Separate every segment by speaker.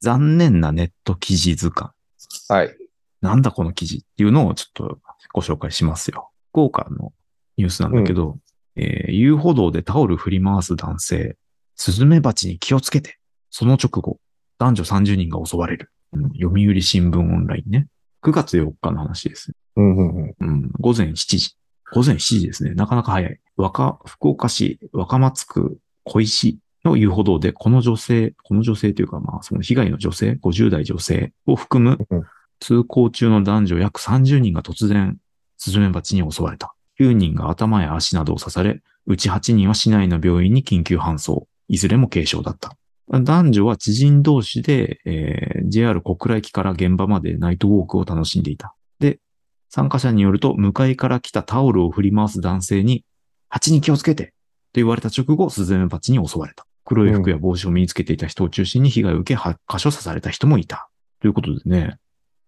Speaker 1: 残念なネット記事図鑑。
Speaker 2: はい。
Speaker 1: なんだこの記事っていうのをちょっとご紹介しますよ。福岡のニュースなんだけど、えー遊歩道でタオル振り回す男性、スズメバチに気をつけて、その直後、男女30人が襲われる。うん読売新聞オンラインね。9月4日の話です。
Speaker 2: うんうんうん。
Speaker 1: うん、午前7時。午前7時ですね。なかなか早い。若、福岡市若松区小石の遊歩道で、この女性、この女性というか、まあ、その被害の女性、50代女性を含む
Speaker 2: うん、
Speaker 1: 通行中の男女約30人が突然、スズメバチに襲われた。9人が頭や足などを刺され、うち8人は市内の病院に緊急搬送。いずれも軽傷だった。男女は知人同士で、えー JR 小倉駅から現場までナイトウォークを楽しんでいた。で、参加者によると、向かいから来たタオルを振り回す男性に、蜂に気をつけてと言われた直後、スズメバチに襲われた。黒い服や帽子を身につけていた人を中心に被害を受け、8箇所刺された人もいた。ということでね、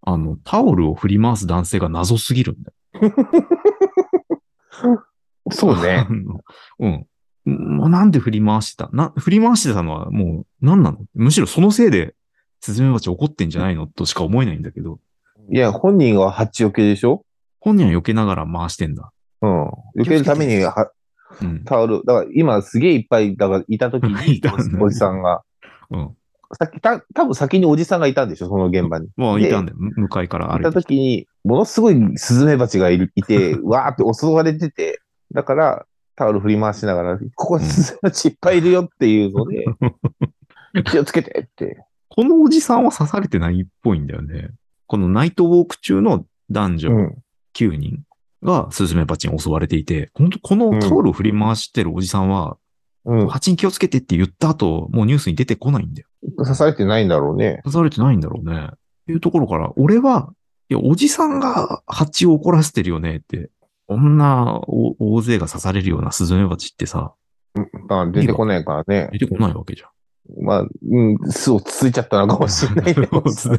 Speaker 1: あの、タオルを振り回す男性が謎すぎるんだよ
Speaker 2: そうね
Speaker 1: あ。のうん。もうなんで振り回してたな、振り回してたのはもう何なのむしろそのせいで、スズメバチ怒ってんじゃないのとしか思えないんだけど、
Speaker 2: いや、本人は八よけでしょ
Speaker 1: 本人は避けながら回してんだ。
Speaker 2: うん。避けるためには
Speaker 1: うん。
Speaker 2: タオル。だから今すげえいっぱい、だからいた時に
Speaker 1: いたんだ
Speaker 2: おじさんが。
Speaker 1: うん。
Speaker 2: さっき、た、多分先におじさんがいたんでしょその現場に。
Speaker 1: まあ、いたんだよ。む向かいから
Speaker 2: 行った
Speaker 1: 歩いてきて。
Speaker 2: 時に、ものすごいスズメバチがいるいて、 わーって襲われてて、だからタオル振り回しながら、ここにスズメバチいっぱいいるよっていうの で、気をつけてって。
Speaker 1: このおじさんは刺されてないっぽいんだよね。このナイトウォーク中の男女
Speaker 2: うん。
Speaker 1: 9人がスズメバチに襲われていて、本当このタオルを振り回してるおじさんは、
Speaker 2: うん。
Speaker 1: 蜂に気をつけてって言った後、もうニュースに出てこないんだよ
Speaker 2: 刺されてないんだろうね。
Speaker 1: 刺されてないんだろうね。っていうところから、俺は、いや、おじさんが蜂を怒らせてるよねって。こんなお大勢が刺されるようなスズメバチってさ、
Speaker 2: まあ、出てこないからね
Speaker 1: 出。てこないわけじゃん。
Speaker 2: まあ、うん、巣をつついちゃったのかもしれない ね。
Speaker 1: そうですね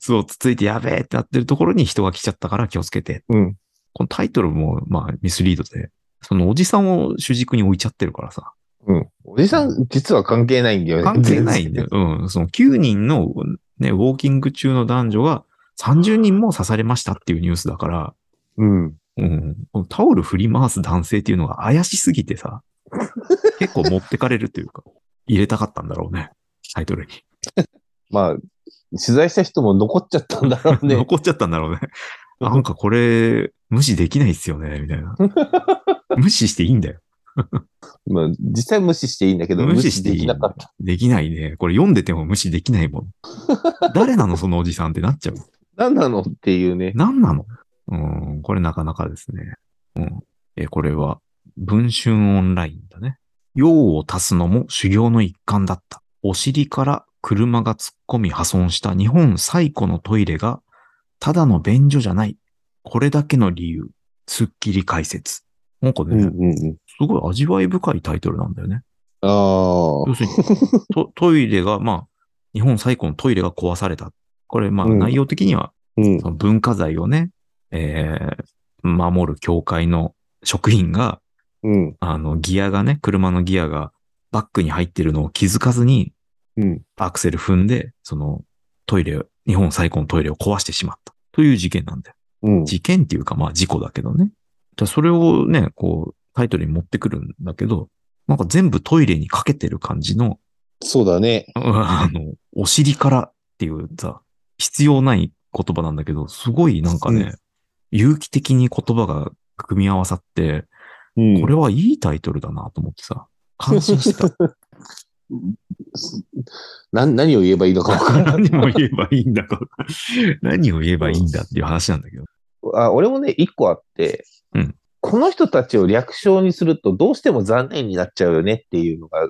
Speaker 1: そう、つついてやべえってなってるところに人が来ちゃったから気をつけて。
Speaker 2: うん。
Speaker 1: このタイトルも、まあ、ミスリードで、そのおじさんを主軸に置いちゃってるからさ、
Speaker 2: うん。おじさん、実は関係ないんだよね。
Speaker 1: 関係ないんだよ。うん。その9人のね、ウォーキング中の男女が30人も刺されましたっていうニュースだから、
Speaker 2: うん。
Speaker 1: うん、このタオル振り回す男性っていうのが怪しすぎて さ、結構持ってかれるというか、入れたかったんだろうね、タイトルに。
Speaker 2: まあ、取材した人も残っちゃったんだろうね。
Speaker 1: 残っちゃったんだろうね。なんかこれ、無視できないっすよね、みたい な。無視していいんだよ。
Speaker 2: まあ、実際無視していいんだけど、無
Speaker 1: 無
Speaker 2: 視
Speaker 1: 視していい
Speaker 2: できなかった。
Speaker 1: できないね。これ読んでても無視できないもん。誰なの、そのおじさんってなっちゃう。
Speaker 2: 何なのっていうね。
Speaker 1: 何なのうん、これなかなかですね。うん。え、これは、文春オンラインだね。用を足すのも修行の一環だった。お尻から車が突っ込み破損した日本最古のトイレが、ただの便所じゃない。これだけの理由。スッキリ解説。なんかね、
Speaker 2: うんうん。
Speaker 1: すごい味わい深いタイトルなんだよね。
Speaker 2: ああ。
Speaker 1: 要するに、トトイレが、まあ、日本最古のトイレが壊された。これ、まあ、
Speaker 2: うん
Speaker 1: 内容的には
Speaker 2: うん。
Speaker 1: その文化財をね、えー守る協会の職員が、
Speaker 2: うん。
Speaker 1: あの、ギアがね、車のギアがバックに入ってるのを気づかずに、
Speaker 2: うん。
Speaker 1: アクセル踏んで、そのトイレを、日本最古のトイレを壊してしまった。という事件なんだよ。
Speaker 2: うん。
Speaker 1: 事件っていうか、まあ事故だけどね。じゃあそれをね、こう、タイトルに持ってくるんだけど、なんか全部トイレにかけてる感じの、
Speaker 2: そうだね。
Speaker 1: あの、お尻からっていうさ、必要ない言葉なんだけど、すごいなんかね、有機的に言葉が組み合わさって、
Speaker 2: うん
Speaker 1: これはいいタイトルだなと思ってさ、感心した。
Speaker 2: な何を言えばいいのか分からない。
Speaker 1: 何を言えばいいんだか、何を言えばいいんだっていう話なんだけど。
Speaker 2: あ俺もね、一個あって、
Speaker 1: うん。
Speaker 2: この人たちを略称にするとどうしても残念になっちゃうよねっていうのが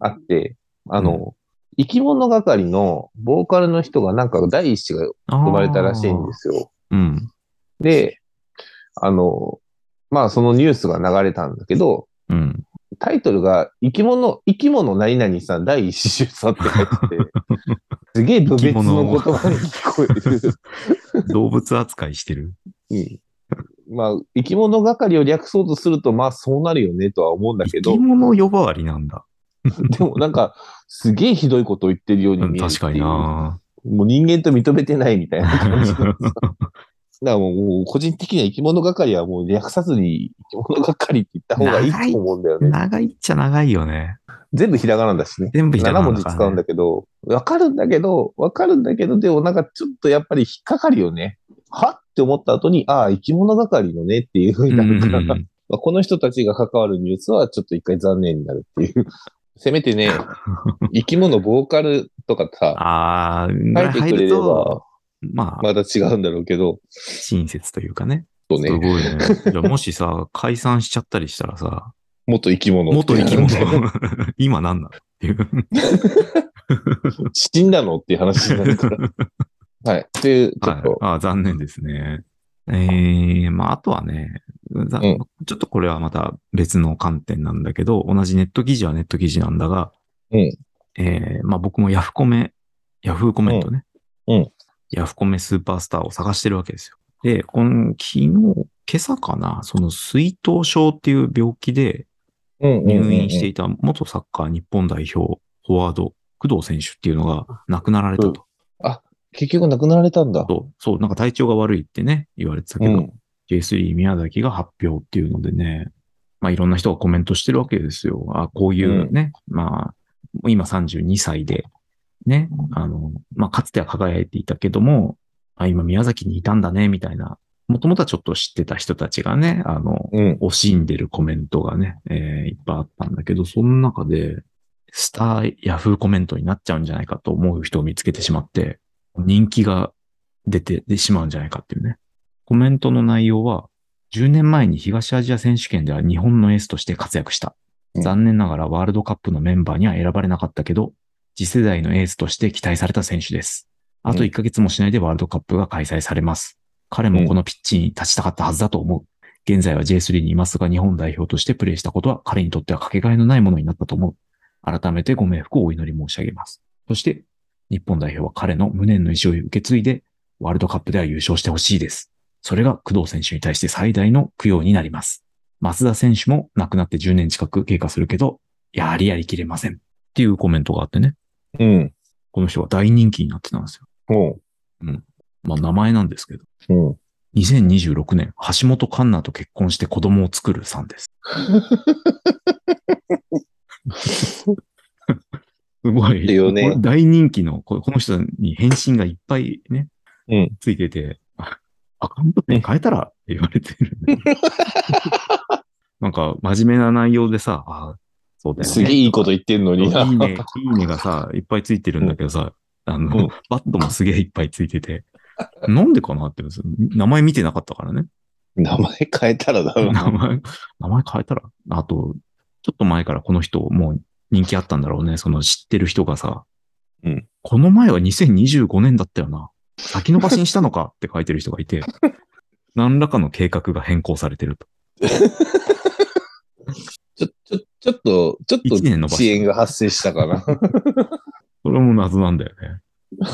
Speaker 2: あって、あの、生き物係のボーカルの人がなんか第一子が生まれたらしいんですすよ。
Speaker 1: うん。
Speaker 2: で、あの、まあそのニュースが流れたんだけど、
Speaker 1: うん。
Speaker 2: タイトルが生き物、生き物何々さん第一子出産って書い てて、すげえ部別の言葉に聞こえる。
Speaker 1: 動物扱いしてる。
Speaker 2: うんまあ、生き物係を略そうとすると、まあそうなるよねとは思うんだ
Speaker 1: 生
Speaker 2: け
Speaker 1: き
Speaker 2: ど、
Speaker 1: 物呼ばわりなんだ。
Speaker 2: でもなんか、すげえひどいことを言ってるように見えるっていう
Speaker 1: 確かにな
Speaker 2: もう人間と認めてないみたいな感じ。だからもう、もう個人的には生き物係はもう略さずに生き物係って言った方がいいと思うんだよ ね。
Speaker 1: 長いっちゃ長いよね。
Speaker 2: 全部ひらがなだしね。
Speaker 1: 全部ひらがな
Speaker 2: 7文
Speaker 1: だ
Speaker 2: 字
Speaker 1: からね
Speaker 2: 使うんだけど、わかるんだけど、わかるんだけど、でもなんかちょっとやっぱり引っかかるよね。はって思った後に、ああ、生き物係のねっていうふうになるから、
Speaker 1: うんうんうん
Speaker 2: まあこの人たちが関わるニュースはちょっと一回残念になるっていう。 せ めてね、生き物ボーカルとかさ、
Speaker 1: ああ、
Speaker 2: 書いて
Speaker 1: 入
Speaker 2: くれ
Speaker 1: る
Speaker 2: れ
Speaker 1: と、
Speaker 2: ば、
Speaker 1: まあ、
Speaker 2: まだ違うんだろうけど、
Speaker 1: 親切というかね。
Speaker 2: と
Speaker 1: すごい
Speaker 2: ね、
Speaker 1: ね。じゃあもしさ、解散しちゃったりしたらさ、
Speaker 2: 元生き物。
Speaker 1: 元生き物、 今何なのっていう。
Speaker 2: 死んだのっていう話にな るから。はい。っていう、ちょっと、
Speaker 1: はい、あ残念ですね。ええまあ、あとはね、ざ
Speaker 2: うん
Speaker 1: ちょっとこれはまた別の観点なんだけど、同じネット記事はネット記事なんだが、
Speaker 2: うん
Speaker 1: ええまあ僕もヤフコメ、ヤフーコメントね、
Speaker 2: うんうん
Speaker 1: ヤフコメスーパースターを探してるわけですよ。で、この昨日、今朝かな、その水頭症っていう病気で
Speaker 2: うんうんうんうん
Speaker 1: 入院していた元サッカー日本代表フォワード、工藤選手っていうのが亡くなられたと。
Speaker 2: 結局亡くなられたんだ。
Speaker 1: そう、そう、なんか体調が悪いってね、言われてたけど、
Speaker 2: うん
Speaker 1: J3 宮崎が発表っていうのでね、まあいろんな人がコメントしてるわけですよ。あこういうね、まあ、今32歳で、ね、あの、まあかつては輝いていたけども、あ今宮崎にいたんだね、みたいな、もともとはちょっと知ってた人たちがね、あの、
Speaker 2: うん。
Speaker 1: 惜しんでるコメントがね、えーいっぱいあったんだけど、その中で、スターヤフーコメントになっちゃうんじゃないかと思う人を見つけてしまって、人気が出てでしまうんじゃないかっていうね。コメントの内容は、10年前に東アジア選手権では日本のエースとして活躍した。
Speaker 2: うん
Speaker 1: 残念ながらワールドカップのメンバーには選ばれなかったけど、次世代のエースとして期待された選手です。あと
Speaker 2: う
Speaker 1: 1
Speaker 2: ん
Speaker 1: ヶ月もしないでワールドカップが開催されます。彼もこのピッチに立ちたかったはずだと思う。現在は J3 にいますが、日本代表としてプレーしたことは彼にとってはかけがえのないものになったと思う。改めてご冥福をお祈り申し上げます。そして、日本代表は彼の無念の意思を受け継いで、ワールドカップでは優勝してほしいです。それが工藤選手に対して最大の供養になります。松田選手も亡くなって10年近く経過するけど、やはりやりきれません。っていうコメントがあってね、
Speaker 2: うん。
Speaker 1: この人が大人気になってたんですよ。
Speaker 2: も
Speaker 1: まあ名前なんですけど、
Speaker 2: う、うん。
Speaker 1: 2026年、橋本環奈と結婚して子供を作るさん です。すごい。
Speaker 2: だよね
Speaker 1: これ大人気の、ここの人に返信がいっぱいね、
Speaker 2: うん
Speaker 1: ついてて、あアカウント名変えたらって言われてる、 なんか、真面目な内容でさ、あそうだよね。
Speaker 2: すげえいいこと言ってんのにな。
Speaker 1: いいね、いいねがさ、いっぱいついてるんだけどさ、あの、
Speaker 2: うん
Speaker 1: バットもすげえいっぱいついてて、なんでかなって思うんですよ名前見てなかったからね。
Speaker 2: 名前変えたらだろ。
Speaker 1: 名前、名前変えたら、あと、ちょっと前からこの人、もう人気あったんだろうね。その知ってる人がさ、
Speaker 2: うん
Speaker 1: この前は2025年だったよな。先延ばしにしたのかって書いてる人がい て、何らかの計画が変更されてると。
Speaker 2: ちょ、ちょ、ちょっと、ちょっと
Speaker 1: 一年延ばし
Speaker 2: 遅延が発生したかな。
Speaker 1: それも謎なんだよね。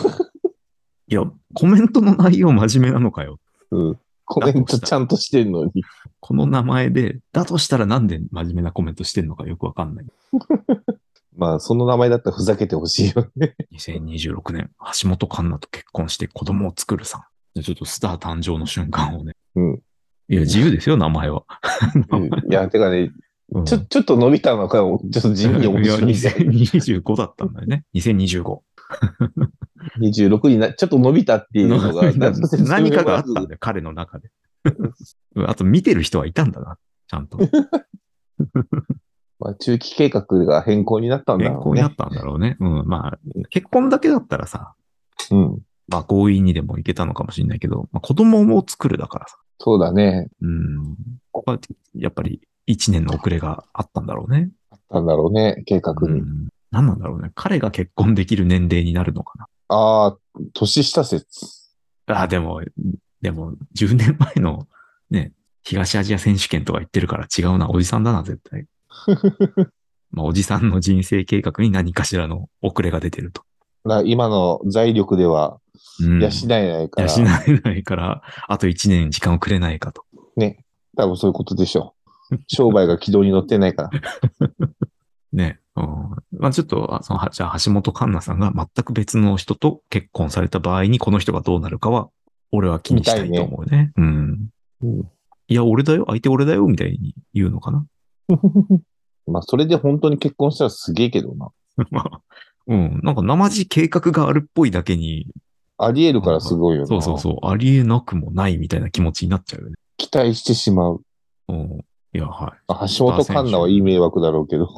Speaker 1: いや、コメントの内容真面目なのかよ。
Speaker 2: うん。コメントちゃんとしてんのに。
Speaker 1: この名前で、だとしたらなんで真面目なコメントしてんのかよくわかんない。
Speaker 2: まあ、その名前だったらふざけてほしいよ ね。
Speaker 1: 2026年、橋本環奈と結婚して子供を作るさん。じゃあちょっとスター誕生の瞬間をね。
Speaker 2: うん。
Speaker 1: いや、自由ですよ、名前は。
Speaker 2: うんいや、てかね、
Speaker 1: うん
Speaker 2: ちょ、ちょっと伸びたのか、ちょっと地味に面白いん
Speaker 1: い
Speaker 2: だ
Speaker 1: や
Speaker 2: よね。
Speaker 1: 2025だったんだよね。2025。
Speaker 2: 26にな、ちょっと伸びたっていう のが、なん説明もなく
Speaker 1: 何かがあったんだよ、彼の中で。うんあと、見てる人はいたんだな、ちゃんと。
Speaker 2: まあ、中期計画が変更になったんだ
Speaker 1: 健
Speaker 2: ろ
Speaker 1: 康
Speaker 2: う
Speaker 1: にな
Speaker 2: ね。
Speaker 1: ったんだろうね。うん、まあ、結婚だけだったらさ、
Speaker 2: うん。
Speaker 1: まあ、強引にでもいけたのかもしれないけど、まあ、子供を作るだからさ。
Speaker 2: そうだね。
Speaker 1: うん。ここはやっぱり一年の遅れがあったんだろうね。
Speaker 2: なんだろうね、計画
Speaker 1: う
Speaker 2: に。
Speaker 1: ん。何なんだろうね。彼が結婚できる年齢になるのか
Speaker 2: ああ、年下説。
Speaker 1: な。ああ、でも、でも、10年前のね、東アジア選手権とか言ってるから違うな。おじさんだな、絶 対。まあ、おじさんの人生計画に何かしらの遅れが出てると。
Speaker 2: な今の財力では
Speaker 1: うん。
Speaker 2: 養えないから、
Speaker 1: 養えないから、あと1年時間をくれないかと。
Speaker 2: 多分そういうことでしょう。商売が軌道に乗ってないから。
Speaker 1: ね、うん。まあちょっと、あその、はじゃあ橋本環奈さんが全く別の人と結婚された場合にこの人がどうなるかは、俺は気にしたいと思うね。うん。
Speaker 2: うん
Speaker 1: いや、俺だよ、相手俺だよ、みたいに言うのかな。
Speaker 2: まあ、それで本当に結婚したらすげえけどな。
Speaker 1: まあ、うん。なんか生地計画があるっぽいだけに、
Speaker 2: ありえるからすごいよな。
Speaker 1: そうそうそう、ありえなくもないみたいな気持ちになっちゃうよね。
Speaker 2: 期待してしまう。
Speaker 1: うん。いや、はい。
Speaker 2: まあ橋本環奈はいい迷惑だろうけど。